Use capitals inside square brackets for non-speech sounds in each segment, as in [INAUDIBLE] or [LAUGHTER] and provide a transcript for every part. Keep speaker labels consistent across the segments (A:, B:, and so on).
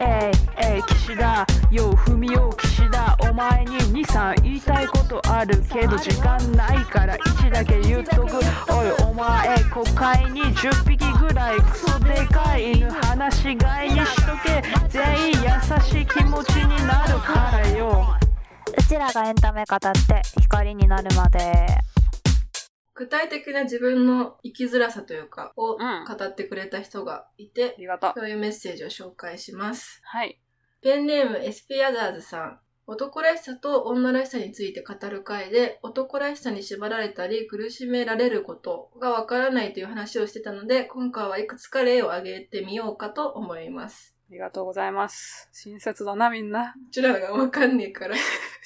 A: えいえい岸田よう踏みよう岸田お前に23言いたいことあるけど時間ないから1だけ言っとくおいお前国会に10匹ぐらいクソでかい犬話しがいにしとけ全員優しい気持ちになるからよ
B: うちらがエンタメ語って光になるまで
C: 具体的な自分の生きづらさというか、を
A: うん
C: 語ってくれた人がいて、
A: りがとう
C: そういうメッセージを紹介します。
A: はい
C: ペンネーム SP アザーズさん。男らしさと女らしさについて語る会で、男らしさに縛られたり苦しめられることがわからないという話をしてたので、今回はいくつか例を挙げてみようかと思います。
A: ありがとうございます親切だなみんな [LAUGHS]
C: うちらがわかんねえから [LAUGHS]
A: う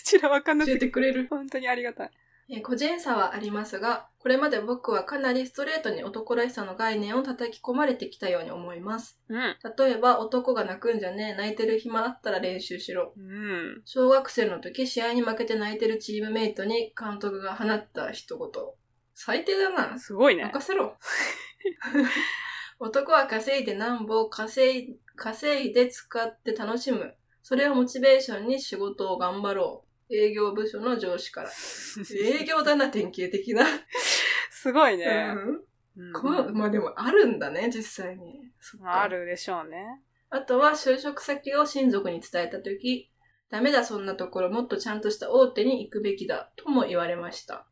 A: ちらわかん
C: 教えてくれる。
A: 本当にありがたい
C: えー個人差はありますが、これまで僕はかなりストレートに男らしさの概念を叩き込まれてきたように思います。
A: うん
C: 例えば、男が泣くんじゃねえ、泣いてる暇あったら練習しろ。
A: うん
C: 小学生の時、試合に負けて泣いてるチームメイトに監督が放った一言。最低だな。
A: すごいね
C: 任せろ。男は稼いでなんぼ、稼い、稼いで使って楽しむ。それをモチベーションに仕事を頑張ろう。営業部署の上司から。営業だな、典型的な。
A: すごい [LAUGHS] ね。
C: う
A: うんん
C: このまあでもあるんだね、実際に。そっか
A: あ。るでしょうね。
C: あとは就職先を親族に伝えたとき、ダメだそんなところもっとちゃんとした大手に行くべきだとも言われました。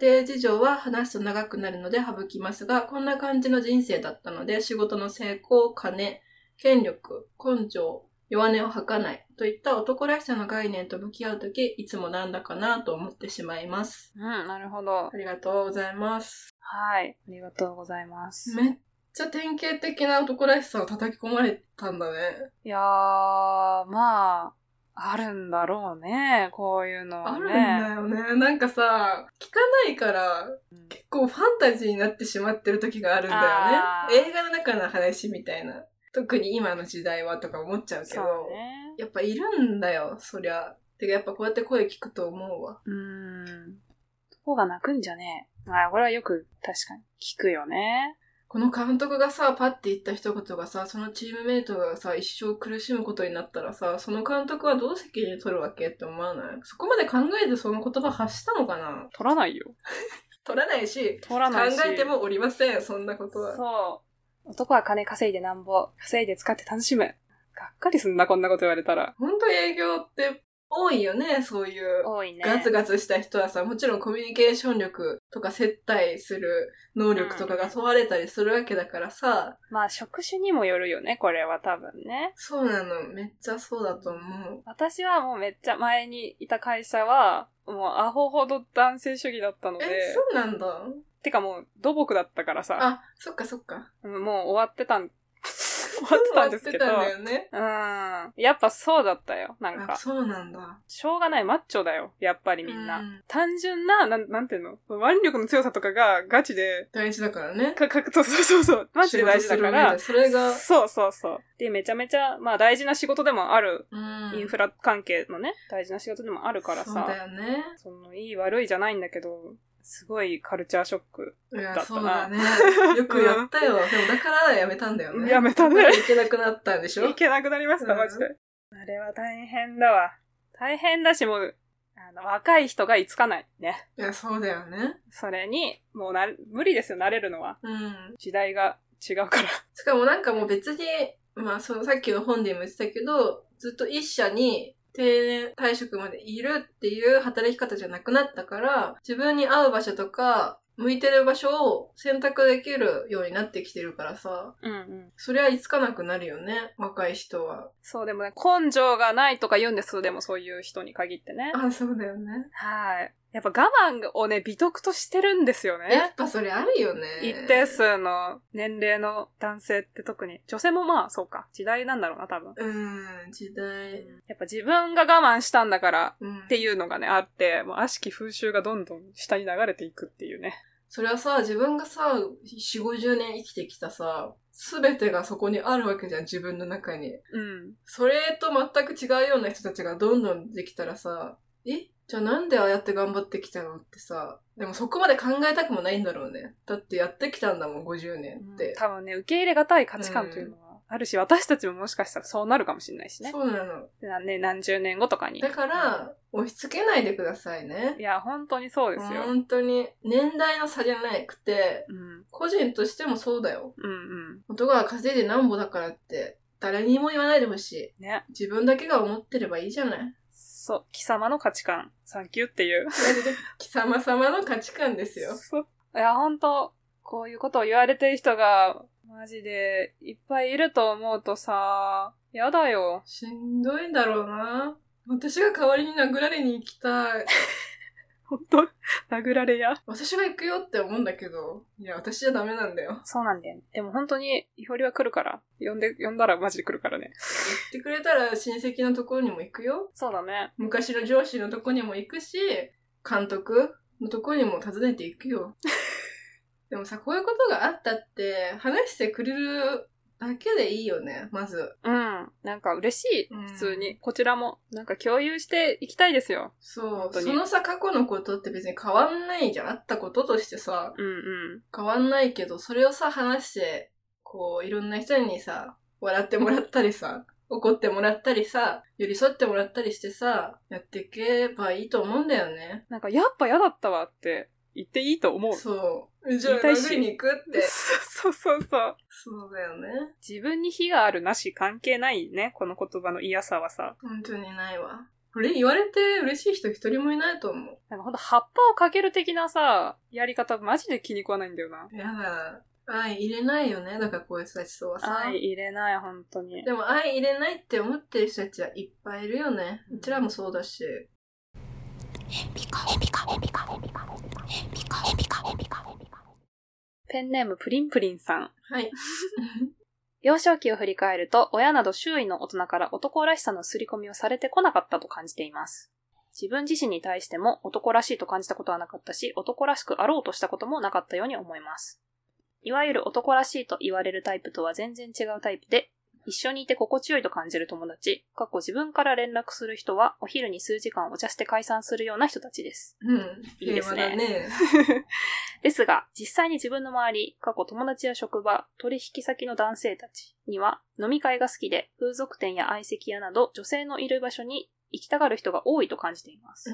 C: 家庭事情は話すと長くなるので省きますが、こんな感じの人生だったので仕事の成功、金、権力、根性、弱音を吐かないといった男らしさの概念と向き合うとき、いつもなんだかなと思ってしまいます。
A: うん、なるほど
C: あ。りがとうございます。
A: はい。ありがとうございます。
C: めっちゃ典型的な男らしさを叩き込まれたんだね。
A: いやー、まあ、あるんだろうね。こういうのは
C: あるんだ
A: ね。
C: よね。なんかさ、聞かないから、
A: うん
C: 結構ファンタジーになってしまってる時があるんだ
A: あ
C: よ
A: ー
C: ね。映画の中の話みたいな。特に今の時代はとか思っちゃうけ
A: そ
C: ど。
A: うね。
C: やっぱいるんだよ、そりゃ。てかやっぱこうやって声聞くと思うわ。
A: うん。そこが泣くんじゃねえ。まあ、これはよく確かに聞くよね。
C: この監督がさ、パッて言った一言がさ、そのチームメイトがさ、一生苦しむことになったらさ、その監督はどう責任取るわけって思わないそこまで考えてその言葉発したのかな
A: 取らないよ。
C: 取らないし、
A: 取ら
C: 考
A: ないし。
C: えてもおりません、そんなことは。
A: そう。男は金稼いでなんぼ。稼いで使って楽しむ。がっかりすんな、こんなこと言われたら。
C: 本当営業って多いよね、そういう。
A: 多いね。
C: ガツガツした人はさ、もちろんコミュニケーション力とか接待する能力とかが問われたりするわけだからさ、
A: まあ、職種にもよるよね、これは多分ね。
C: そうなの、めっちゃそうだと思う。
A: 私はもうめっちゃ前にいた会社は、もうアホほど男性主義だったので、
C: え、そうなんだ。
A: てかもう土木だったからさ、
C: あ、そっかそっか。
A: もう終わって
C: [LAUGHS]
A: たん、終わってたんですけど、
C: 終わってたんだよね。
A: うん。やっぱそうだったよ、なん
C: あ、
A: か。
C: そうなんだ。
A: しょうがないマッチョだよ、やっぱりみんな。
C: うん
A: 単純な、なん、なんていうの腕力の強さとかがガチで、
C: 大事だからね。
A: か、か、そうそうそ
C: [LAUGHS]
A: うそう、マジで大事だか
C: 仕
A: ら、
C: 事する上でそれが、
A: そうそうそう。で、めちゃめちゃ、まあ大事な仕事でもある
C: うん
A: インフラ関係のね、大事な仕事でもあるから
C: そう
A: さ、
C: だよね。
A: その、いい悪いじゃないんだけど、すごいカルチャーショック。
C: い
A: だっ
C: や、
A: たな
C: そうだね。よくやった
A: [LAUGHS]
C: よ。でもだからやめたんだよね。
A: やめたね
C: だから行けなくなったんでしょ
A: いけなくなりました、
C: うん
A: マジで。あれは大変だわ。大変だし、もう、あの、若い人がいつかないね。
C: いや、そうだよね。
A: それに、もうな、無理ですよ、慣れるのは。
C: うん。
A: 時代が違うから。
C: しかもなんかもう別に、まあそのさっきの本でも言ってたけど、ずっと一社に定年退職までいるっていう働き方じゃなくなったから、自分に合う場所とか、向いてる場所を選択できるようになってきてるからさ、
A: うんうん。
C: そりゃいつかなくなるよね、若い人は。
A: そう、でもね、根性がないとか言うんです、でもそういう人に限ってね。
C: あ、そうだよね。
A: はい。やっぱ我慢をね、美徳としてるんですよね。
C: やっぱそれあるよね。
A: 一定数の年齢の男性って特に、女性もまあそうか、時代なんだろうな、多分。
C: うん、時代。
A: やっぱ自分が我慢したんだから
C: うん
A: っていうのがね、あって、もう悪しき風習がどんどん下に流れていくっていうね。
C: それはさ、自分がさ、4、50年生きてきたさ、すべてがそこにあるわけじゃん、自分の中に。
A: うん。
C: それと全く違うような人たちがどんどんできたらさ、えじゃあなんでああやって頑張ってきたのってさ、でもそこまで考えたくもないんだろうね。だってやってきたんだもん、50年って。
A: 多分ね、受け入れがたい価値観というのはあるし、私たちももしかしたらそうなるかもしれないしね。
C: そうなの。
A: 何年、何十年後とかに
C: だ。から、押し付けないでくださいね
A: い。や、本当にそうですよ。
C: 本当に、年代の差じゃなくて、
A: うん。
C: 個人としてもそうだよ。
A: うんうん。
C: 男が稼いでなんぼだからって、誰にも言わないでほしい。
A: ね。
C: 自分だけが思ってればいいじゃない。
A: そう。貴様の価値観。サンキューっていう。
C: 貴様様の価値観ですよ。
A: そう。いや、本当こういうことを言われてる人が、マジで、いっぱいいると思うとさ、やだよ。
C: しんどいんだろうな。私が代わりに殴られに行きたい。
A: 本当殴られや。
C: 私が行くよって思うんだけど、いや、私じゃダメなんだよ。
A: そうなんだよね。でも本当に、いほりは来るから。呼んで、呼んだらマジで来るからね。
C: 言ってくれたら親戚のところにも行くよ。
A: そうだね。
C: 昔の上司のとこにも行くし、監督のとこにも訪ねて行く [LAUGHS] よ。でもさ、こういうことがあったって、話してくれるだけでいいよね、まず。
A: うん。なんか嬉しい。
C: うん
A: 普通に。こちらも。なんか共有していきたいですよ。
C: そ
A: 本
C: う。
A: 当に
C: そのさ、過去のことって別に変わんないじゃん。あったこととしてさ、
A: うんうん。
C: 変わんないけど、それをさ、話して、こう、いろんな人にさ、笑ってもらったりさ、怒ってもらったりさ、寄り添ってもらったりしてさ、やっていけばいいと思うんだよね。
A: なんか、やっぱ嫌だったわって言っていいと思う。
C: そう。じゃあ、
A: 痛いし
C: 殴りに行くって。
A: そうそうそう。
C: そうだよね。
A: 自分に非があるなし関係ないね。この言葉の嫌さはさ。
C: 本当にないわ。これ言われて嬉しい人一人もいないと思
A: なんかほんと葉っぱをかける的なさ、やり方マジで気に食わないんだよな。
C: う。やだ。愛入れないよね。だからこういう人たちとはさ。
A: 愛入れない、本当に。
C: でも愛入れないって思ってる人たちはいっぱいいるよね。うちらもそうだし。
A: ペンネームプリンプリンさん。
C: はい。
A: [LAUGHS] 幼少期を振り返ると、親など周囲の大人から男らしさの刷り込みをされてこなかったと感じています。自分自身に対しても男らしいと感じたことはなかったし、男らしくあろうとしたこともなかったように思います。いわゆる男らしいと言われるタイプとは全然違うタイプで、一緒にいて心地よいと感じる友達、過去自分から連絡する人はお昼に数時間お茶して解散するような人たちです。
C: うん。
A: いいですね
C: 平和だね。
A: [LAUGHS] ですが、実際に自分の周り、過去友達や職場、取引先の男性たちには、飲み会が好きで、風俗店や相席屋など、女性のいる場所に行きたがる人が多いと感じています。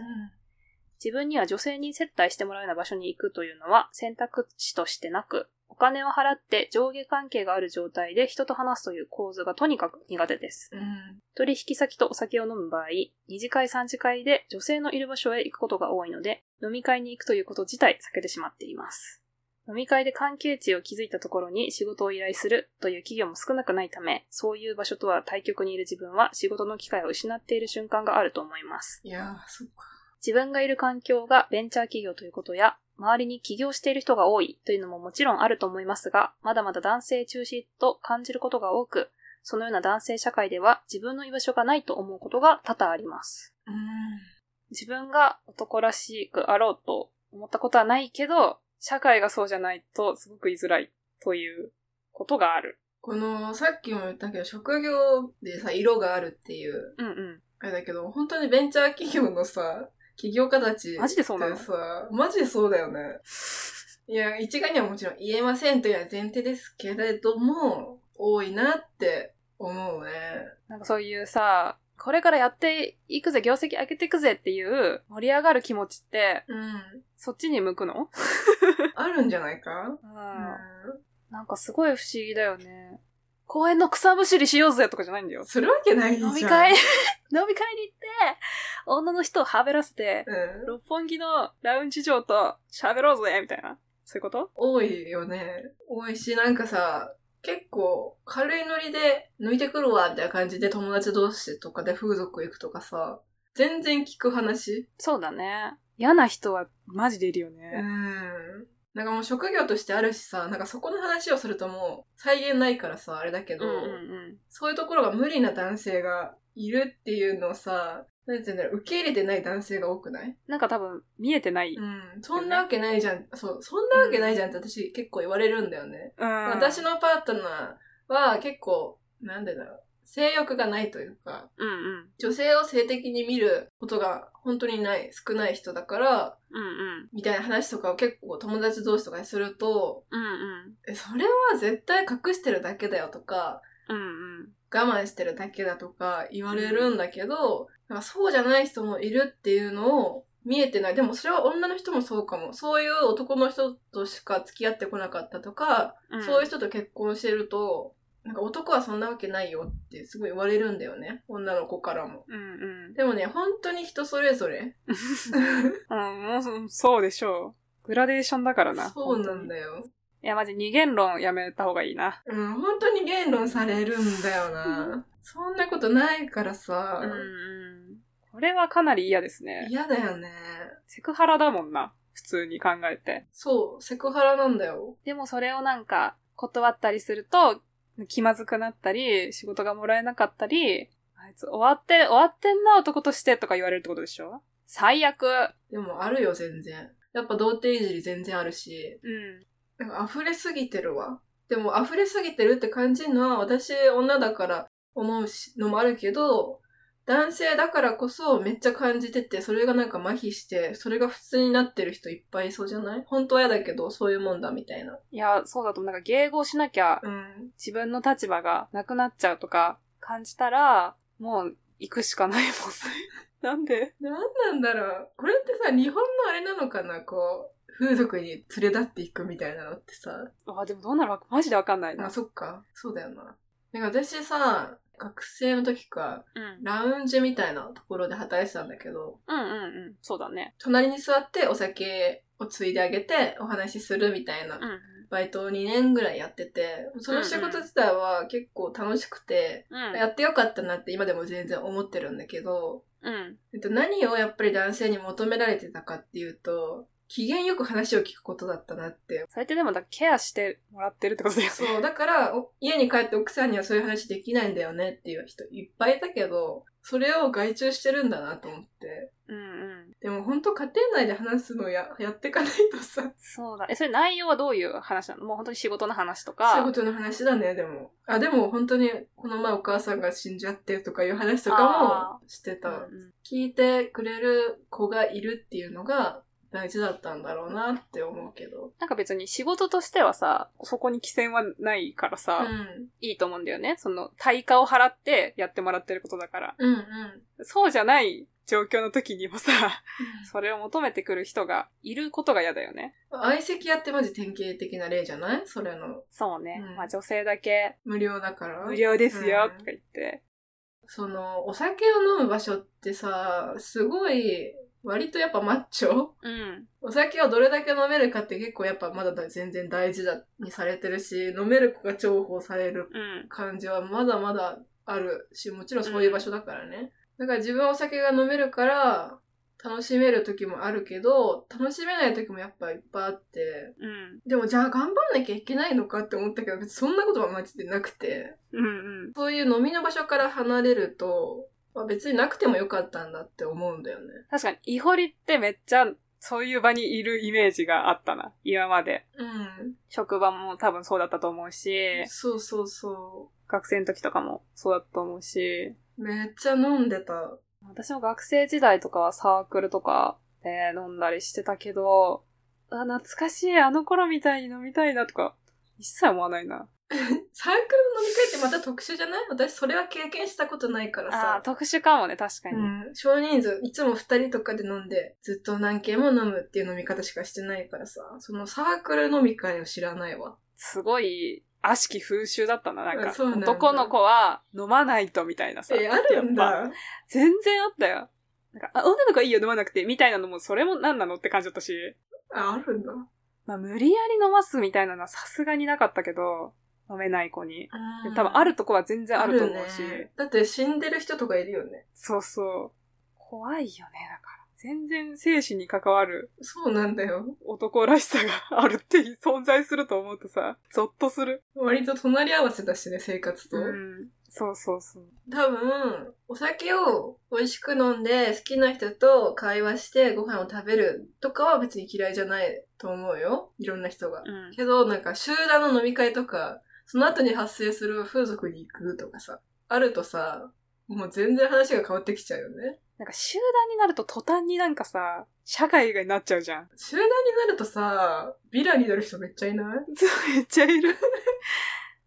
A: 自分には女性に接待してもらうような場所に行くというのは選択肢としてなく、お金を払って上下関係がある状態で人と話すという構図がとにかく苦手です。
C: うん。うん。
A: 取引先とお酒を飲む場合、二次会三次会で女性のいる場所へ行くことが多いので、飲み会に行くということ自体避けてしまっています。飲み会で関係値を築いたところに仕事を依頼するという企業も少なくないため、そういう場所とは対極にいる自分は仕事の機会を失っている瞬間があると思います。
C: いやー、そっか。
A: 自分がいる環境がベンチャー企業ということや、周りに起業している人が多いというのももちろんあると思いますが、まだまだ男性中心と感じることが多く、そのような男性社会では自分の居場所がないと思うことが多々あります。
C: うん。
A: 自分が男らしくあろうと思ったことはないけど、社会がそうじゃないとすごく居づらいということがある。
C: この、さっきも言ったけど、職業でさ、色があるっていう、
A: うんうん。
C: あれだけど、本当にベンチャー企業のさ、起業家たち。
A: マジでそうなの
C: ってさ、マジでそうだよね。いや、一概にはもちろん言えませんというのは前提ですけれども、多いなって思うね。
A: なんかそういうさ、これからやっていくぜ、業績上げていくぜっていう盛り上がる気持ちって、
C: うん。
A: そっちに向くの
C: あるんじゃないか
A: うん
C: う。
A: なんかすごい不思議だよね。公園の草むしりしようぜとかじゃないんだよ
C: ん。。するわけないじゃん。
A: 飲み会、飲み会に行って、女の人をはべらせて、
C: うん。
A: 六本木のラウンジ嬢と喋ろうぜみたいな。そういうこと
C: 多いよね。多いし、なんかさ、結構軽いノリで抜いてくるわ、みたいな感じで友達同士とかで風俗行くとかさ、全然聞く話。
A: そうだね。嫌な人はマジでいるよ
C: う
A: ね。
C: ん。なんかもう職業としてあるしさ、なんかそこの話をするともう再現ないからさ、あれだけ
A: う
C: ど、
A: んうん
C: そういうところが無理な男性がいるっていうのをさ、なんて言うんだろう、受け入れてない男性が多くない
A: なんか多分見えてない。う。
C: うんん。そんなわけないじゃん。そう、そんなわけないじゃんって私結構言われるんだよね。私のパートナーは結構、なんでだろう。性欲がないというか、
A: うんうん。
C: 女性を性的に見ることが本当にない、少ない人だから、
A: うんうん。
C: みたいな話とかを結構友達同士とかにすると、
A: うんうん。
C: え、それは絶対隠してるだけだよとか、
A: うんうん。
C: 我慢してるだけだとか言われるんだけど、なんかそうじゃない人もいるっていうのを見えてない。でもそれは女の人もそうかも。そういう男の人としか付き合ってこなかったとか、
A: うん、
C: そういう人と結婚してると、なんか男はそんなわけないよってすごい言われるんだよね。女の子からも。
A: うんうん。
C: でもね、本当に人それぞれ。
A: うん、もうそそうでしょう。グラデーションだからな。
C: そうなん
A: よ。
C: だよ。
A: いや、マジ二元論やめた方がいいな。
C: うん、本当に言論されるんだよな。
A: [LAUGHS]
C: そんなことないからさ
A: う、んうん。これはかなり嫌ですね。
C: 嫌だよね。
A: セクハラだもんな。普通に考えて。
C: そう、セクハラなんだよ。
A: でもそれをなんか、断ったりすると、気まずくなったり、仕事がもらえなかったり、あいつ終わって、終わってんな男としてとか言われるってことでしょ最悪。
C: でもあるよ、全然。やっぱ童貞いじり全然あるし、
A: うん。
C: なんか溢れすぎてるわ。でも溢れすぎてるって感じるのは私女だから思うしのもあるけど、男性だからこそめっちゃ感じてて、それがなんか麻痺して、それが普通になってる人いっぱいいそうじゃない本当は嫌だけど、そういうもんだみたいな。
A: いや、そうだと思う、なんか迎合しなきゃ、
C: うん。
A: 自分の立場がなくなっちゃうとか感じたら、もう行くしかないもんね。なんで
C: なんなんだろう。これってさ、日本のあれなのかなこう、風俗に連れ立っていくみたいなのってさ。
A: [LAUGHS] あ、でもどうなるかマジでわかんない
C: あ、
A: な。
C: そっか。そうだよな。なんか私さ、学生の時か、
A: うん。
C: ラウンジみたいなところで働いてたんだけど、
A: うんうんうん。そうだね。
C: 隣に座ってお酒をついであげてお話しするみたいな
A: うん。
C: バイトを2年ぐらいやってて、その仕事自体は結構楽しくて、
A: うん。
C: やってよかったなって今でも全然思ってるんだけど、
A: うん。
C: えっと、何をやっぱり男性に求められてたかっていうと、機嫌よく話を聞くことだったなって。
A: それってでもだからケアしてもらってるってことだよね。
C: そう、だから、お家に帰って奥さんにはそういう話できないんだよねっていう人いっぱいいたけど、それを外注してるんだなと思って。
A: うんうん。
C: でも本当家庭内で話すのや、やってかないとさ、
A: そうだ。え、それ内容はどういう話なのもう本当に仕事の話とか。
C: 仕事の話だね、でも。あ、でも本当にこの前お母さんが死んじゃってとかいう話とか
A: あ
C: もしてた。
A: うんうん
C: 聞いてくれる子がいるっていうのが大事だったんだろうなって思うけど。
A: なんか別に仕事としてはさ、そこに規制はないから
C: う
A: さ、
C: ん。
A: いいと思うんだよね。その、対価を払ってやってもらってることだから。
C: うんうん。
A: そうじゃない状況の時にもさ、それを求めてくる人がいることが嫌だよね。
C: 相席屋ってマジ典型的な例じゃないそれの。
A: そうね。
C: うん
A: まあ女性だけ
C: 無料だから。
A: 無料ですよ
C: うん
A: とか言って。
C: その、お酒を飲む場所ってさ、すごい、割とやっぱマッチョ [LAUGHS]
A: うん。
C: お酒をどれだけ飲めるかって結構やっぱまだ全然大事だにされてるし、飲める子が重宝される
A: うん。
C: 感じはまだまだあるし、もちろんそういう場所だからね。だから自分はお酒が飲めるから、楽しめる時もあるけど、楽しめない時もやっぱいっぱいあって、
A: うん。
C: でもじゃあ頑張んなきゃいけないのかって思ったけど、別にそんなことはマジでなくて。
A: うんうん。
C: そういう飲みの場所から離れると、まあ、別になくてもよかったんだって思うんだよね。
A: 確かに、イホリってめっちゃそういう場にいるイメージがあったな。今まで。
C: う
A: 職場も多分そうだったと思うし
C: ん。、そうそうそ
A: 学生の時とかもそうだったと思うし、
C: う。めっちゃ飲んでた。
A: 私も学生時代とかはサークルとかで飲んだりしてたけど、あ、懐かしい、あの頃みたいに飲みたいなとか、一切思わないな。
C: サークルの飲み会ってまた特殊じゃない私それは経験したことないから
A: あ
C: さ
A: ー。特殊かもね、確かに。
C: うん、少人数、いつも二人とかで飲んで、ずっと何軒も飲むっていう飲み方しかしてないからさ、そのサークル飲み会を知らないわ。
A: すごい、悪しき風習だったな、なん
C: あ
A: か。
C: そうなんだ
A: 男の子は飲まないとみたいなさ。
C: え、あるん
A: やっぱ。
C: だ。
A: 全然あったよ。なんか、あ、女の子はいいよ、飲まなくて、みたいなのも、それも何なのって感じだったし。
C: あ、あるんだ。
A: まあ、無理やり飲ますみたいなのはさすがになかったけど、飲めない子に。で多分あるとこは全然あると思うし。
C: あるねだって死んでる人とかいるよね。
A: そうそう。怖いよね、だから。全然生死に関わる
C: そうなんだよ。
A: 男らしさがあるって存在すると思うとさ、ゾッとする。
C: 割と隣り合わせだしね、生活と。
A: ん。そうそうそう。
C: 多分、お酒を美味しく飲んで、好きな人と会話してご飯を食べるとかは別に嫌いじゃないと思うよ。いろんな人が。
A: うん。
C: けど、なんか集団の飲み会とか、その後に発生する風俗に行くとかさ、あるとさ、もう全然話が変わってきちゃうよね。
A: なんか集団になると途端になんかさ、社会がになっちゃうじゃん。
C: 集団になるとさ、ビラになる人めっちゃいない
A: そうめっちゃいる。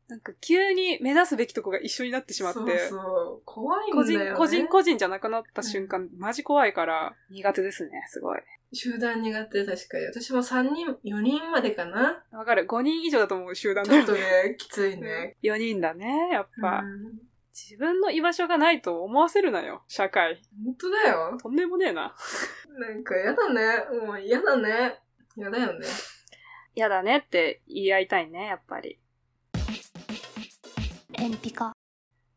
A: なんか急に目指すべきとこが一緒になってしまって、
C: そうそう。怖いん
A: 個
C: だよ、ね
A: 人、。個人個人じゃなくなった瞬間、マジ怖いから、苦手ですね、すごい。
C: 集団苦手、確かに。私も3人、4人までかな
A: わかる。5人以上だと思う集
C: [LAUGHS]
A: 団
C: ち
A: だ
C: ょ
A: よ
C: っと
A: ね。
C: ね、きついね。
A: 4人だね、やっ
C: うん
A: ぱ。自分の居場所がないと思わせるなよ、社会。
C: 本当だよ。
A: とんでもねえな。
C: なんかやだね。もうやだね。やだよね。
A: 嫌だねって言い合いたいね、やっぱり。
B: 便秘か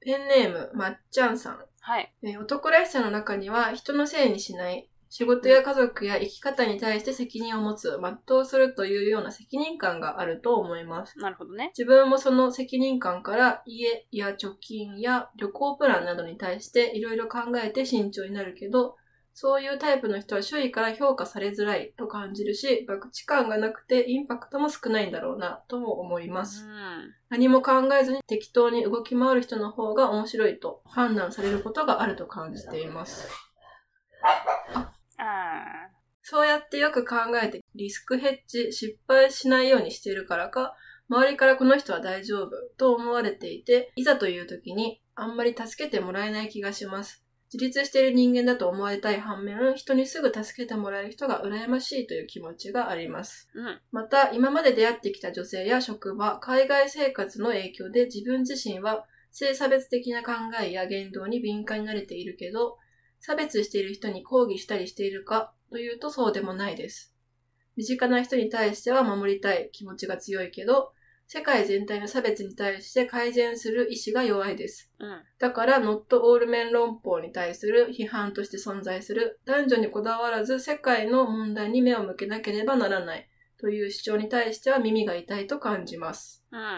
C: ペンネーム、まっちゃんさん。
A: はい。
C: えー男らしさの中には人のせいにしない。仕事や家族や生き方に対して責任を持つ、全うするというような責任感があると思います。
A: なるほどね。
C: 自分もその責任感から家や貯金や旅行プランなどに対していろいろ考えて慎重になるけど、そういうタイプの人は周囲から評価されづらいと感じるし、博打感がなくてインパクトも少ないんだろうなとも思います。
A: う
C: 何も考えずに適当に動き回る人の方が面白いと判断されることがあると感じています。
A: ん。あ
C: そうやってよく考えてリスクヘッジ、失敗しないようにしているからか、周りからこの人は大丈夫と思われていて、いざという時にあんまり助けてもらえない気がします。自立している人間だと思われたい反面、人にすぐ助けてもらえる人が羨ましいという気持ちがあります。
A: ーうん。
C: また、今まで出会ってきた女性や職場、海外生活の影響で自分自身は性差別的な考えや言動に敏感になれているけど、差別している人に抗議したりしているかというとそうでもないです。身近な人に対しては守りたい気持ちが強いけど、世界全体の差別に対して改善する意志が弱いです。
A: うん。
C: だから、ノットオールメン論法に対する批判として存在する、男女にこだわらず世界の問題に目を向けなければならないという主張に対しては耳が痛いと感じます。
A: うん
C: うん。うん。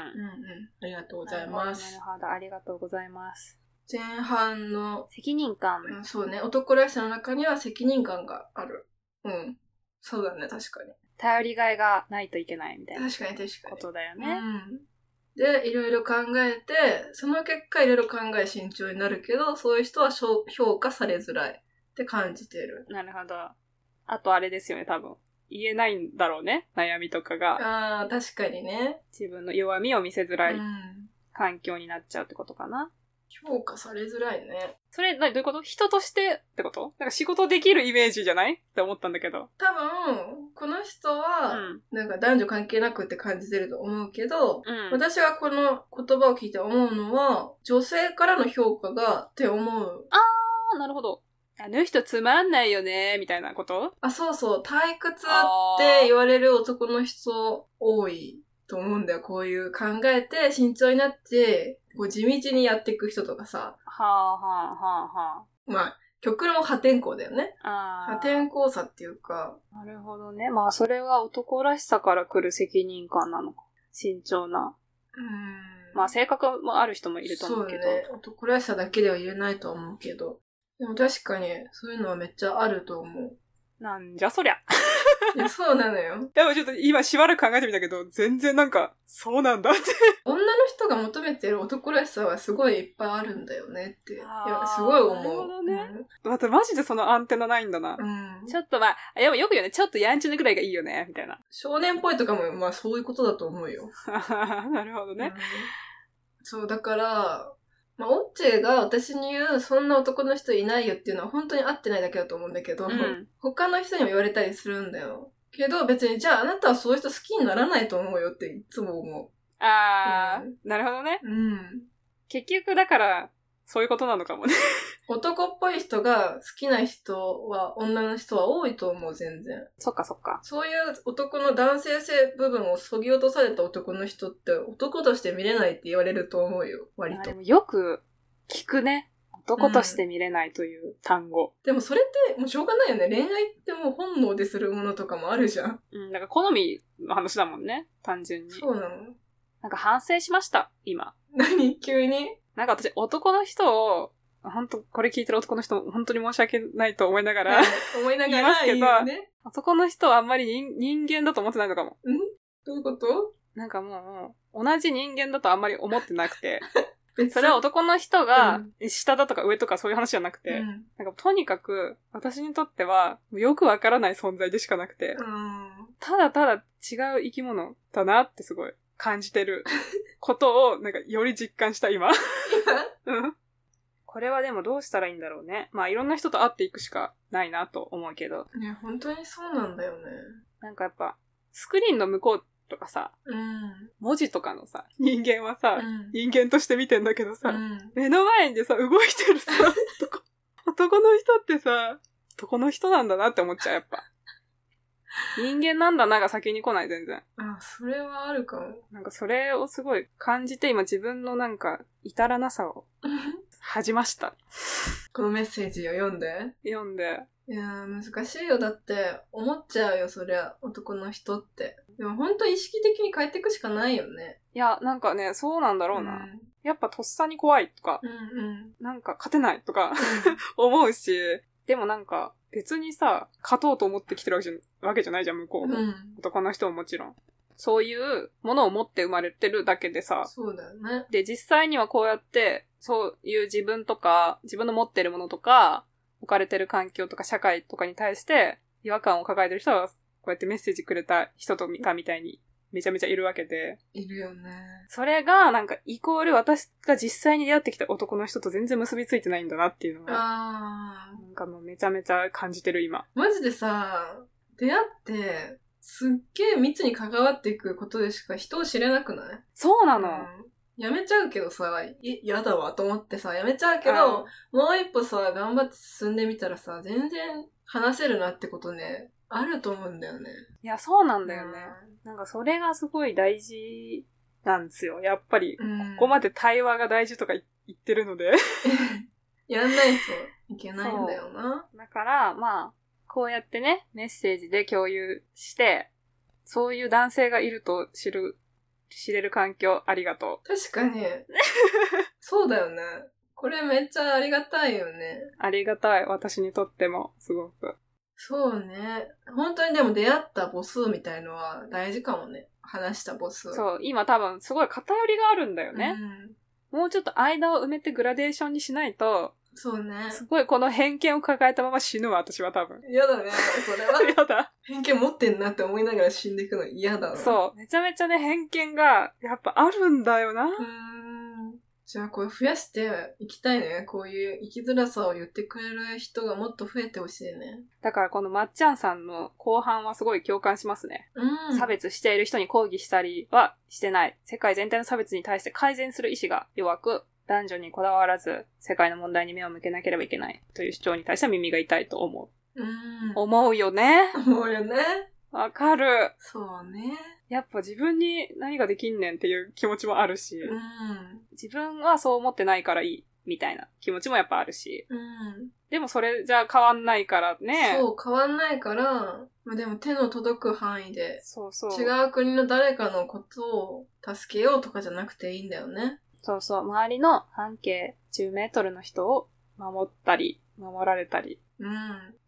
C: ありがとうございます
A: なる。ほど、ありがとうございます。
C: 前半の、
A: 責任感。
C: うんそうね、男らしさの中には責任感がある。うん。そうだね、確かに。
A: 頼りがいがないといけないみたいな
C: 確かに確か
A: こ
C: に。
A: とだよ
C: う
A: ね。
C: ん。で、いろいろ考えて、その結果いろいろ考え慎重になるけど、そういう人はしょう評価されづらいって感じてる。
A: なるほど。あとあれですよね、多分。言えないんだろうね、悩みとかが。
C: ああ、確かにね。
A: 自分の弱みを見せづら
C: う
A: い
C: ん。
A: 環境になっちゃうってことかな。
C: 評価されづらいね。
A: それ、などういうこと人としてってことなんか仕事できるイメージじゃないって思ったんだけど。
C: 多分、この人
A: う
C: は、
A: ん。
C: なんか男女関係なくって感じてると思うけど、
A: うん。
C: 私がこの言葉を聞いて思うのは、女性からの評価がって思う。
A: あー、なるほど。あの人つまんないよね、みたいなこと
C: あ、そうそう、退屈っ
A: あ
C: て言われる男の人多いと思うんだよ。こういう考えて慎重になって、こう地道にやっていく人とかさ、
A: はあはあはあは
C: まあ、極論破天荒だよね。
A: あ。あ
C: 破
A: ー
C: 天荒さっていうか、
A: なるほどね。まあ、それは男らしさから来る責任感なのか。慎重な。
C: うーん。
A: まあ、性格もある人もいると思うけど。
C: そうね。男らしさだけでは言えないとは思うけど。でも確かに、そういうのはめっちゃあると
A: [LAUGHS]
C: 思
A: なんじゃそりゃ。
C: う。いやそうなのよ。
A: でもちょっと今しばらく考えてみたけど、全然なんか、そうなんだって。 [LAUGHS]
C: 女の人が求めてる男らしさはすごいいっぱいあるんだよねって。い
A: あー
C: や、すごい思う。
A: なるほどねまたマジでそのアンテナないんだな
C: う。ん。うん
A: ちょっとまあ、でもよく言うね、ちょっとやんちゃなぐらいがいいよね、みたいな。 [LAUGHS]
C: 少年っぽいとかも、まあそういうことだと思うよ。
A: なるほど
C: うん
A: ね。
C: そう、だから、まあ、オッチェが私に言う、そんな男の人いないよっていうのは本当に合ってないだけだと思うんだけど、
A: うん
C: 他の人にも言われたりするんだよ。けど別に、じゃああなたはそういう人好きにならないと思うよっていつも思
A: あー、
C: う
A: なるほどね。
C: う。うん。
A: 結局だから、そういうことなのかもね。 [LAUGHS]
C: 男っぽい人が好きな人は、女の人は多いと思う、全然。
A: そっかそっか。
C: そういう男の男性性部分を削ぎ落とされた男の人って、男として見れないって言われると思うよ、割
A: あ
C: と
A: で。もよく聞くね。男として見れないという単語。
C: でもそれって、もうしょうがないよね。恋愛ってもう本能でするものとかもあるじゃん。
A: うん、だから好みの話だもんね、単純に。
C: そうなの
A: なんか反省しました、今。
C: 何急に
A: なんか私、男の人を、本当これ聞いてる男の人、本当に申し訳ないと思いながら、
C: 思いなが
A: 言いま
C: ら
A: すけど
C: いいよね。
A: 男の人はあんまり人人間だと思ってないのかも。
C: どういうこと
A: なんかもう、同じ人間だとあんまり思ってなく
C: [LAUGHS]
A: て、
C: 別
A: それは
C: っ
A: 男の人が下だとか上とかそういう話じゃなくて、
C: うん。
A: なんかとにかく私にとってはよくわからない存在でしかなくて、
C: うん
A: ただただ違う生き物だなってすごい感じて
C: [LAUGHS]
A: ることを、なんか、より実感した、今。うん。これはでもどうしたらいいんだろうね。まあ、いろんな人と会っていくしかないなと思うけど。
C: ね、本当にそうなんだよね。
A: なんかやっぱ、スクリーンの向こうとかさ、
C: うん。
A: 文字とかのさ、人間はさ、
C: うん。
A: 人間として見てんだけどさ、
C: うん
A: 目の前でさ、動いて
C: [LAUGHS]
A: るさ、男男の人ってさ、男の人なんだなって思っちゃう、やっぱ。人間なんだなが先に来ない、全然。
C: あ、それはあるかも。 [LAUGHS]
A: なんかそれをすごい感じて、今自分のなんか、至らなさを恥じました。
C: このメッセージを読んで。
A: 読んで。
C: いやー難しいよ。だって、思っちゃうよ、そりゃ、男の人って。でも本当意識的に変えていくしかないよね。
A: いや、なんかね、そうなんだろうな。
C: ん
A: やっぱとっさに怖いとか、
C: うんうん。
A: なんか勝てないとか [LAUGHS] 思うし、でもなんか別にさ、勝とうと思ってきてるわけじゃわけじゃないじゃん、向こうも。
C: うん。
A: 男の人ももちろん。そういうものを持って生まれてるだけでさ、
C: そうだよね。
A: で、実際にはこうやって、そういう自分とか、自分の持ってるものとか、置かれてる環境とか社会とかに対して、違和感を抱えてる人は、こうやってメッセージくれた人とかみたいに、めちゃめちゃいるわけで、
C: いるよね。
A: それが、なんか、イコール私が実際に出会ってきた男の人と全然結びついてないんだなっていうのが、
C: あー。
A: なんかもうめちゃめちゃ感じてる今。
C: マジでさ、出会って、すっげえ密に関わっていくことでしか人を知れなくない
A: そうな
C: あ
A: の。
C: やめちゃうけどさ、いやだわと思ってさ、やめちゃうけ
A: あの
C: ど、もう一歩さ、頑張って進んでみたらさ、全然話せるなってことね、あると思うんだよね。
A: いや、そうなんだよね。なんかそれがすごい大事なんですよ。やっぱり、こ
C: うん。
A: こまで対話が大事とかい言ってるので。
C: やんないといけないんだよな。
A: だから、まあ、こうやってね、メッセージで共有して、そういう男性がいると知る、知れる環境ありがと
C: 確かに。そうだよね。これめっちゃありがたいよね。
A: う。ありがたい。私にとっても、すごく。
C: そうね。本当にでも出会った母数みたいのは大事かもね。話した母数。
A: そう、今多分すごい偏りがあるんだよ
C: う
A: ね。
C: ん
A: もうちょっと間を埋めてグラデーションにしないと、
C: そうね。
A: すごいこの偏見を抱えたまま死ぬわ、私は多分。
C: 嫌だね。それは。
A: [LAUGHS] やだ。
C: 偏見持ってんなって思いながら死んでいくの嫌だな。う。
A: そう。めちゃめちゃね、偏見が、やっぱあるんだよな。
C: うーん。じゃあこれ増やしていきたいね。こういう生きづらさを言ってくれる人がもっと増えてほしいね。
A: だからこのまっちゃんさんの後半はすごい共感しますね。
C: うん。
A: 差別している人に抗議したりはしてない。世界全体の差別に対して改善する意志が弱く、男女にこだわらず、世界の問題に目を向けなければいけない。という主張に対しては耳が痛いと思
C: うん
A: う。。思うよね。
C: 思うよね。
A: わかる。
C: そうね。
A: やっぱ自分に何ができんねんっていう気持ちもあるし、
C: うん。
A: 自分はそう思ってないからいい、みたいな気持ちもやっぱあるし、
C: うん。
A: でもそれじゃ変わんないからね。
C: そう、変わんないから、まあ、でも手の届く範囲で、
A: そうそう。
C: 違う国の誰かのことを助けようとかじゃなくていいんだよね。
A: そうそう。周りの半径10メートルの人を守ったり、守られたり、
C: うん。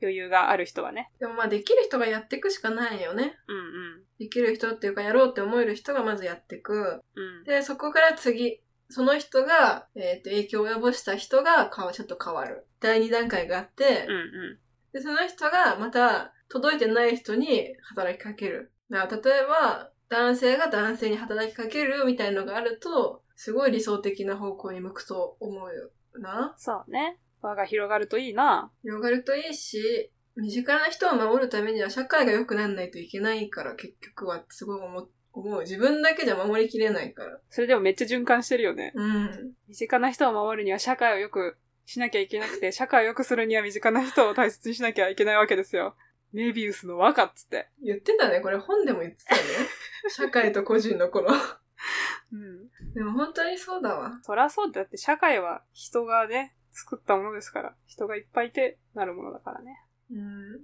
A: 余裕がある人はね。
C: でもまあできる人がやっていくしかないよね。
A: うん
C: できる人っていうかやろうって思える人がまずやっていく。
A: うん。うん。
C: で、そこから次。その人が、えっ、と、影響を及ぼした人がかわ、ちょっと変わる。第2段階があって、
A: うんうん。
C: で、その人がまた届いてない人に働きかける。だから例えば、男性が男性に働きかけるみたいのがあると、すごい理想的な方向に向くと思うよな。
A: そうね。輪が広がるといいな。
C: 広がるといいし、身近な人を守るためには社会が良くならないといけないから、結局はすごい思う思う。自分だけじゃ守りきれないから。
A: それでもめっちゃ循環してるよね。
C: うん。
A: 身近な人を守るには社会を良くしなきゃいけなくて、社会を良くするには身近な人を大切にしなきゃいけないわけですよ。メビウスの輪かっつって。
C: 言ってたね。これ本でも言って [LAUGHS] たね。社会と個人の頃。
A: うん。
C: でも本当にそうだわ。
A: そらそうって、だって社会は人がね、作ったものですから。人がいっぱいいてなるものだからね。
C: うん。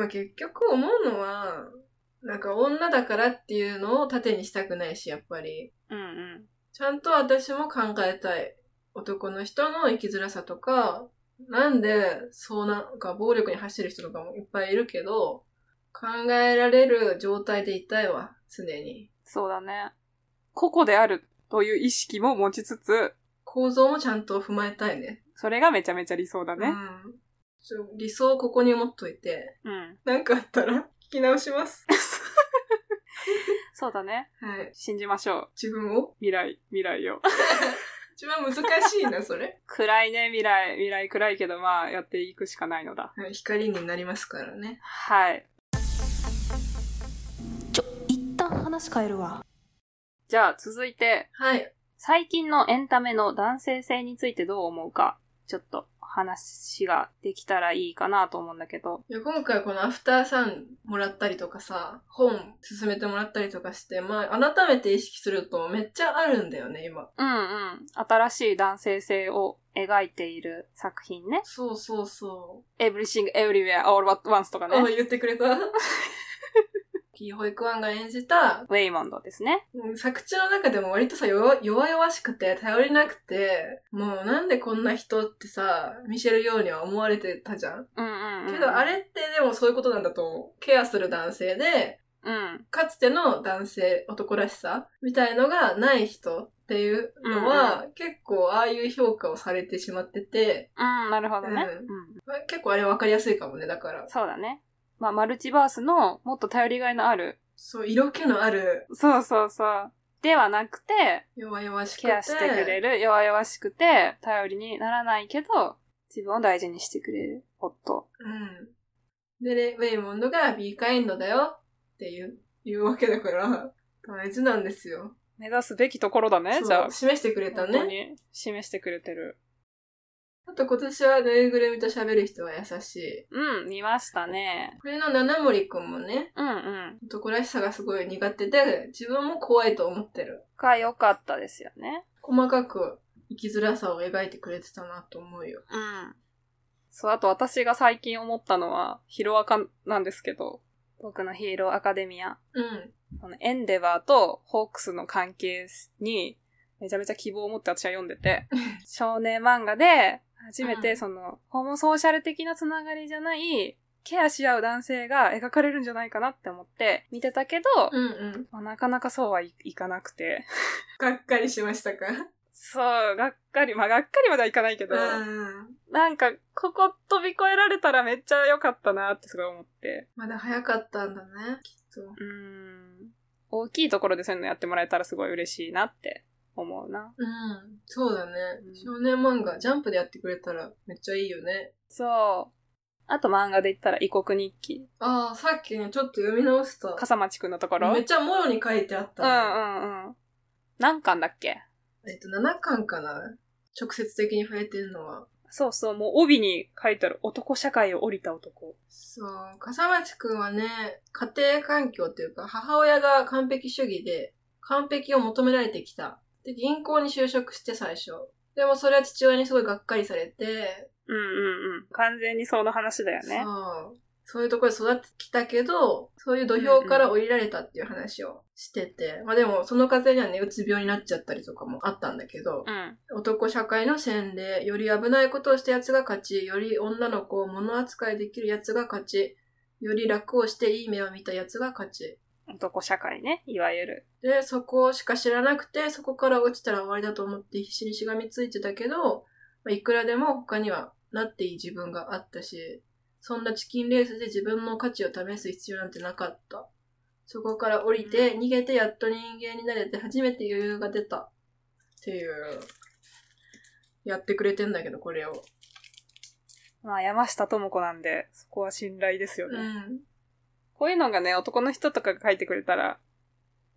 C: まあ結局思うのは、なんか女だからっていうのを盾にしたくないし、やっぱり。
A: うんうん。
C: ちゃんと私も考えたい。男の人の生きづらさとか、なんで、そうなんか暴力に走る人とかもいっぱいいるけど、考えられる状態でいたいわ、常に。
A: そうだね。個々であるという意識も持ちつつ、
C: 構造もちゃんと踏まえたいね。
A: それがめちゃめちゃ理想だ
C: う
A: ね。
C: ん。ちょ理想をここに持っといて、
A: うん。
C: なんかあったら聞き直します。
A: そうだね。
C: はい。
A: 信じましょう。
C: 自分を
A: 未来、未来を。 [LAUGHS]
C: 一番難しいな、それ。
A: 暗いね、未来。未来暗いけど、まあ、やっていくしかないのだ。
C: はい光になりますからね。
A: はい。
D: ちょ一旦話変えるわ
A: じゃあ、続いて、
C: はい。
A: 最近のエンタメの男性性についてどう思うか、ちょっと話ができたらいいかなと思うんだけど。
C: いや今回このアフターさんもらったりとかさ、本勧めてもらったりとかして、まあ改めて意識するとめっちゃあるんだよね、今。
A: うんうん。新しい男性性を描いている作品ね。
C: そうそうそ
A: Everything, Everywhere, All at Once とか
C: う。あ、
A: ね。
C: 言ってくれた。キー保育ワンが演じた、
A: ウェイモンドですね。
C: うん作中の中でも割とさ、弱弱々しくて頼りなくて、もうなんでこんな人ってさ、見せるようには思われてたじゃん。
A: うんうん、うん。
C: けどあれってでもそういうことなんだと思う。ケアする男性で、
A: うん。
C: かつての男性、男らしさみたいのがない人っていうのは、結構ああいう評価をされてしまってて、
A: うん、なるほどね。
C: う
A: うん
C: まあ結構あれ分かりやすいかもね、だから。
A: そうだね。まあ、マルチバースのもっと頼りがいのある、
C: そう、色気のある、
A: そうそうそう、ではなくて、
C: 弱々しくて。
A: ケアしてくれる、弱々しくて、頼りにならないけど、自分を大事にしてくれる夫。
C: うん。でね、ウェイモンドが Be kind だよっていう、言うわけだから、大事なんですよ。
A: 目指すべきところだね、
C: そう
A: じゃあ。
C: 示してくれた
A: 本当
C: ね。
A: に示してくれてる。
C: あと今年はぬいぐるみと喋る人は優しい。
A: うん、見ましたね。
C: これの七森くんもね、
A: うんうん。
C: 男らしさがすごい苦手で、自分も怖いと思ってる。
A: が良かったですよね。
C: 細かく生きづらさを描いてくれてたなと思うよ。
A: うん。そう、あと私が最近思ったのは、ヒロアカなんですけど、僕のヒーローアカデミア。
C: うん。
A: このエンデバーとホークスの関係にめちゃめちゃ希望を持って私は読んでて、少年漫画で初め
C: う
A: て
C: ん
A: その、ホモソーシャル的なつながりじゃない、ケアし合う男性が描かれるんじゃないかなって思って見てたけど、
C: うんうん。
A: まあなかなかそうはい、いかなくて。
C: がっかりしましたか
A: そう、がっかり、まあがっかりまではいかないけど、
C: うん。
A: なんかここ飛び越えられたらめっちゃ良かったなってすごい思って。
C: まだ早かったんだね、きっと。
A: うーん。大きいところでそういうのやってもらえたらすごい嬉しいなって思うな。
C: うん。そうだね
A: う。ん
C: 少年漫画、ジャンプでやってくれたらめっちゃいいよね。
A: そう。あと漫画で言ったら異国日記。
C: ああ、さっきね、ちょっと読み直した。
A: 笠間地区のところ。う
C: め
A: ん
C: っちゃもろに書いてあった
A: う
C: ね、
A: んうん。何巻だっけ
C: えっと、7巻かな直接的に触れてるのは。
A: そうそう、もう帯に書いてある男社会を降りた男。
C: そう、笠町くんはね、家庭環境というか、母親が完璧主義で、完璧を求められてきた。で、銀行に就職して最初。でもそれは父親にすごいがっかりされて、
A: うんうんうん。完全にその話だよね。
C: そう、そういうところで育ってきたけど、そういう土俵から降りられたっていう話をしてて、まあでもその家庭にはね、うつ病になっちゃったりとかもあったんだけど、
A: うん。
C: 男社会の洗礼、より危ないことをした奴が勝ち、より女の子を物扱いできる奴が勝ち、より楽をしていい目を見た奴が勝ち。
A: 男社会ね、いわゆる。
C: で、そこしか知らなくて、そこから落ちたら終わりだと思って必死にしがみついてたけど、まあいくらでも他にはなっていい自分があったし、そんなチキンレースで自分の価値を試す必要なんてなかった。そこから降りて、逃げてやっと人間になれて初めて余裕が出た。っていう、やってくれてんだけど、これを。
A: まあ山下智子なんで、そこは信頼ですよね。
C: うん。
A: こういうのがね、男の人とかが書いてくれたら、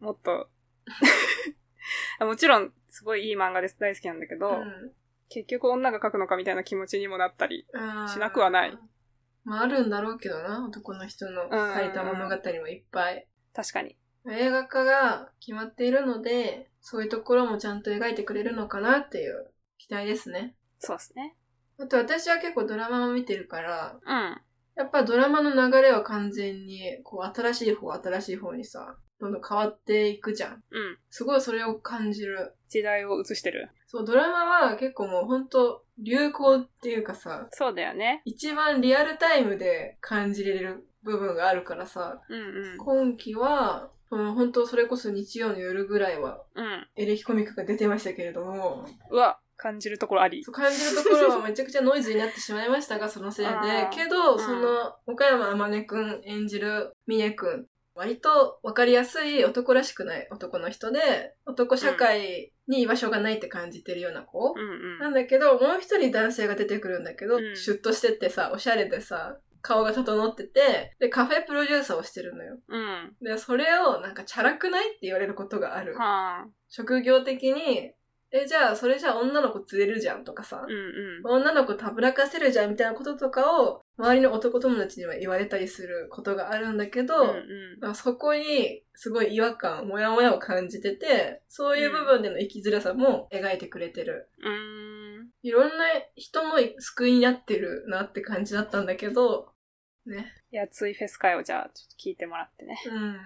A: もっと、 [LAUGHS] もちろん、すごいいい漫画です。大好きなんだけど、
C: うん
A: 結局女が書くのかみたいな気持ちにもなったり。
C: あー
A: しなくはない。
C: まあ、あるんだろうけどな、男の人の書いた物語もいっぱい。
A: 確かに。
C: 映画化が決まっているので、そういうところもちゃんと描いてくれるのかなっていう期待ですね。
A: そうですね。
C: あと私は結構ドラマも見てるから、
A: うん。
C: やっぱドラマの流れは完全に、こう新しい方、新しい方にさ、どんどん変わっていくじゃん。
A: うん。
C: すごいそれを感じる。
A: 時代を映してる。
C: そう、ドラマは結構もうほんと流行っていうかさ、
A: そうだよね。
C: 一番リアルタイムで感じれる部分があるからさ、
A: うんうん。
C: 今期は、うん、本当それこそ日曜の夜ぐらいは
A: うん。
C: エレキコミックが出てましたけれども、
A: うわ、感じるところあり
C: そ。う感じるところはめちゃくちゃノイズになってしまいましたが、そのせいで
A: あー。
C: けど、
A: うん
C: その、岡山天音くん演じる峰くん割と分かりやすい男らしくない男の人で、男社会に居場所がないって感じてるような子。
A: うんう。
C: なんんだけど、もう一人男性が出てくるんだけど、
A: うん
C: シュッとしててさ、おしゃれでさ、顔が整ってて、で、カフェプロデューサーをしてるのよ。
A: うん。
C: で、それをなんかチャラくないって言われることがある。
A: はあ。
C: 職業的に、え、じゃあそれじゃあ女の子釣れるじゃんとかさ
A: う、んうん。
C: 女の子たぶらかせるじゃんみたいなこととかを、周りの男友達には言われたりすることがあるんだけど、
A: うんうん。
C: まあそこにすごい違和感、モヤモヤを感じてて、そういう部分での生きづらさも描いてくれてる。
A: うーん。
C: いろんな人の救いになってるなって感じだったんだけど、ね。
A: いや、ついフェス会をじゃあ、ちょっと聞いてもらってね。
C: うん。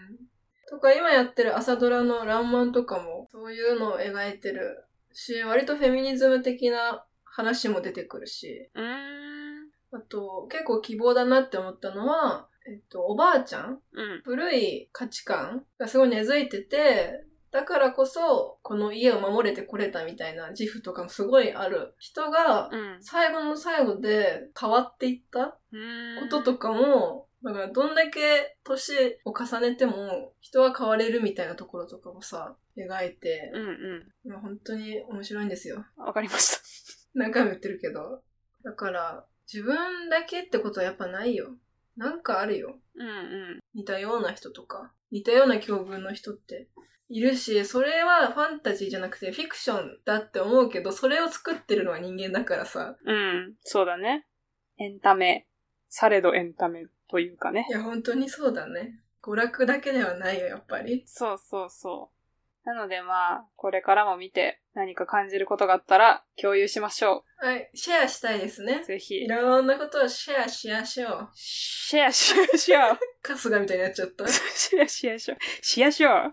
C: とか今やってる朝ドラの「らんまん」とかもそういうのを描いてるし、割とフェミニズム的な話も出てくるし、
A: うーん。
C: あと結構希望だなって思ったのは、えっと、おばあちゃん
A: うん。
C: 古い価値観がすごい根付いてて、だからこそ、この家を守れてこれたみたいな自負とかもすごいある人が、
A: うん。
C: 最後の最後で変わっていった
A: うーん
C: こととかも、だからどんだけ年を重ねても人は変われるみたいなところとかもさ、描いて
A: う、んう
C: まあ本当に面白いんですよ。 [LAUGHS]
A: ん。わかりました。
C: 何回も言ってるけど。だから、自分だけってことはやっぱないよ。なんかあるよ。
A: うんうん。
C: 似たような人とか、似たような境遇の人っているし、それはファンタジーじゃなくてフィクションだって思うけど、それを作ってるのは人間だからさ。
A: うん。そうだね。エンタメ。されどエンタメというかね
C: い。や、本当にそうだね。娯楽だけではないよ、やっぱり。
A: そうそうそう。なのでまあ、これからも見て何か感じることがあったら共有しましょ
C: はい、シェアしたいですね
A: う。。ぜひ
C: い。ろんなことをシェアしましょう。
A: シェアしましょう。
C: 春日みたいになっちゃった。
A: シェアしましょう。しやしょう。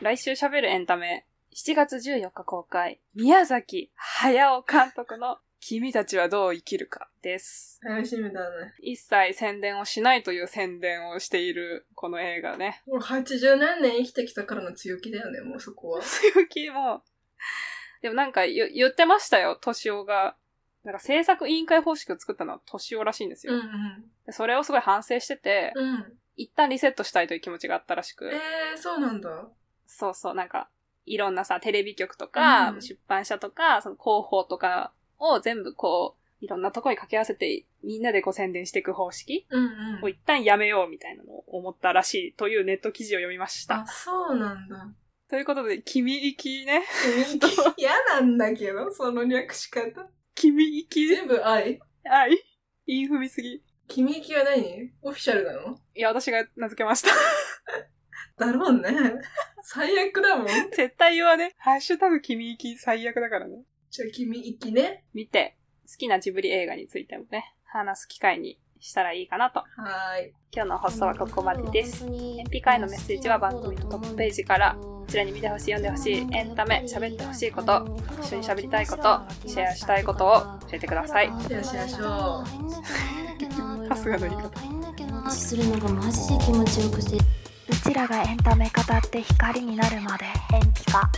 A: 来週喋るエンタメ、7月14日公開、宮崎駿監督の君たちはどう生きるかです。
C: 楽しみだね。
A: 一切宣伝をしないという宣伝をしているこの映画ね。
C: もう80何年生きてきたからの強気だよね、もうそこは。
A: 強気も。でもなんか言言ってましたよ、敏夫が。なんか制作委員会方式を作ったのは敏夫らしいんです
C: う
A: よ。
C: ん
A: でそれをすごい反省してて、
C: うん。うん。
A: 一旦リセットしたいという気持ちがあったらしく。
C: えー、そうなんだ。
A: そうそう、なんか、いろんなさ、テレビ局とか、
C: うん
A: 出版社とか、その広報とかを全部こう、いろんなとこに掛け合わせて、みんなでこう宣伝していく方式
C: うんう
A: を
C: ん。
A: 一旦やめようみたいなのを思ったらしいというネット記事を読みました
C: あ、。そうなんだ。 [LAUGHS]
A: ということで、君行きね。
C: 嫌なんだけど、その略し方。
A: 君行き。
C: 全部愛
A: はい。インフミすぎ。
C: 君行きは何オフィシャルなの
A: いや、私が名付けました。 [LAUGHS]
C: だろうね。最悪だもん。
A: 絶対言わね。ハッシュタグ君行き最悪だからね。
C: じゃあ君行きね。
A: 見て、好きなジブリ映画についてもね、話す機会にしたらいいかなと。
C: はーい。
A: 今日の放送はここまでです。
E: 天
A: 日会のメッセージは番組のトップページからこちらに見てほしい、読んでほしい、エンタメ、喋ってほしいこと、一緒に喋りたいこと、シェアしたいことを教えてください。
C: シェアしましょう。
A: 春日の言い方。
E: するのがマジで気持ちよくて
B: うちらがエンタメ語って光になるまで
E: 延期か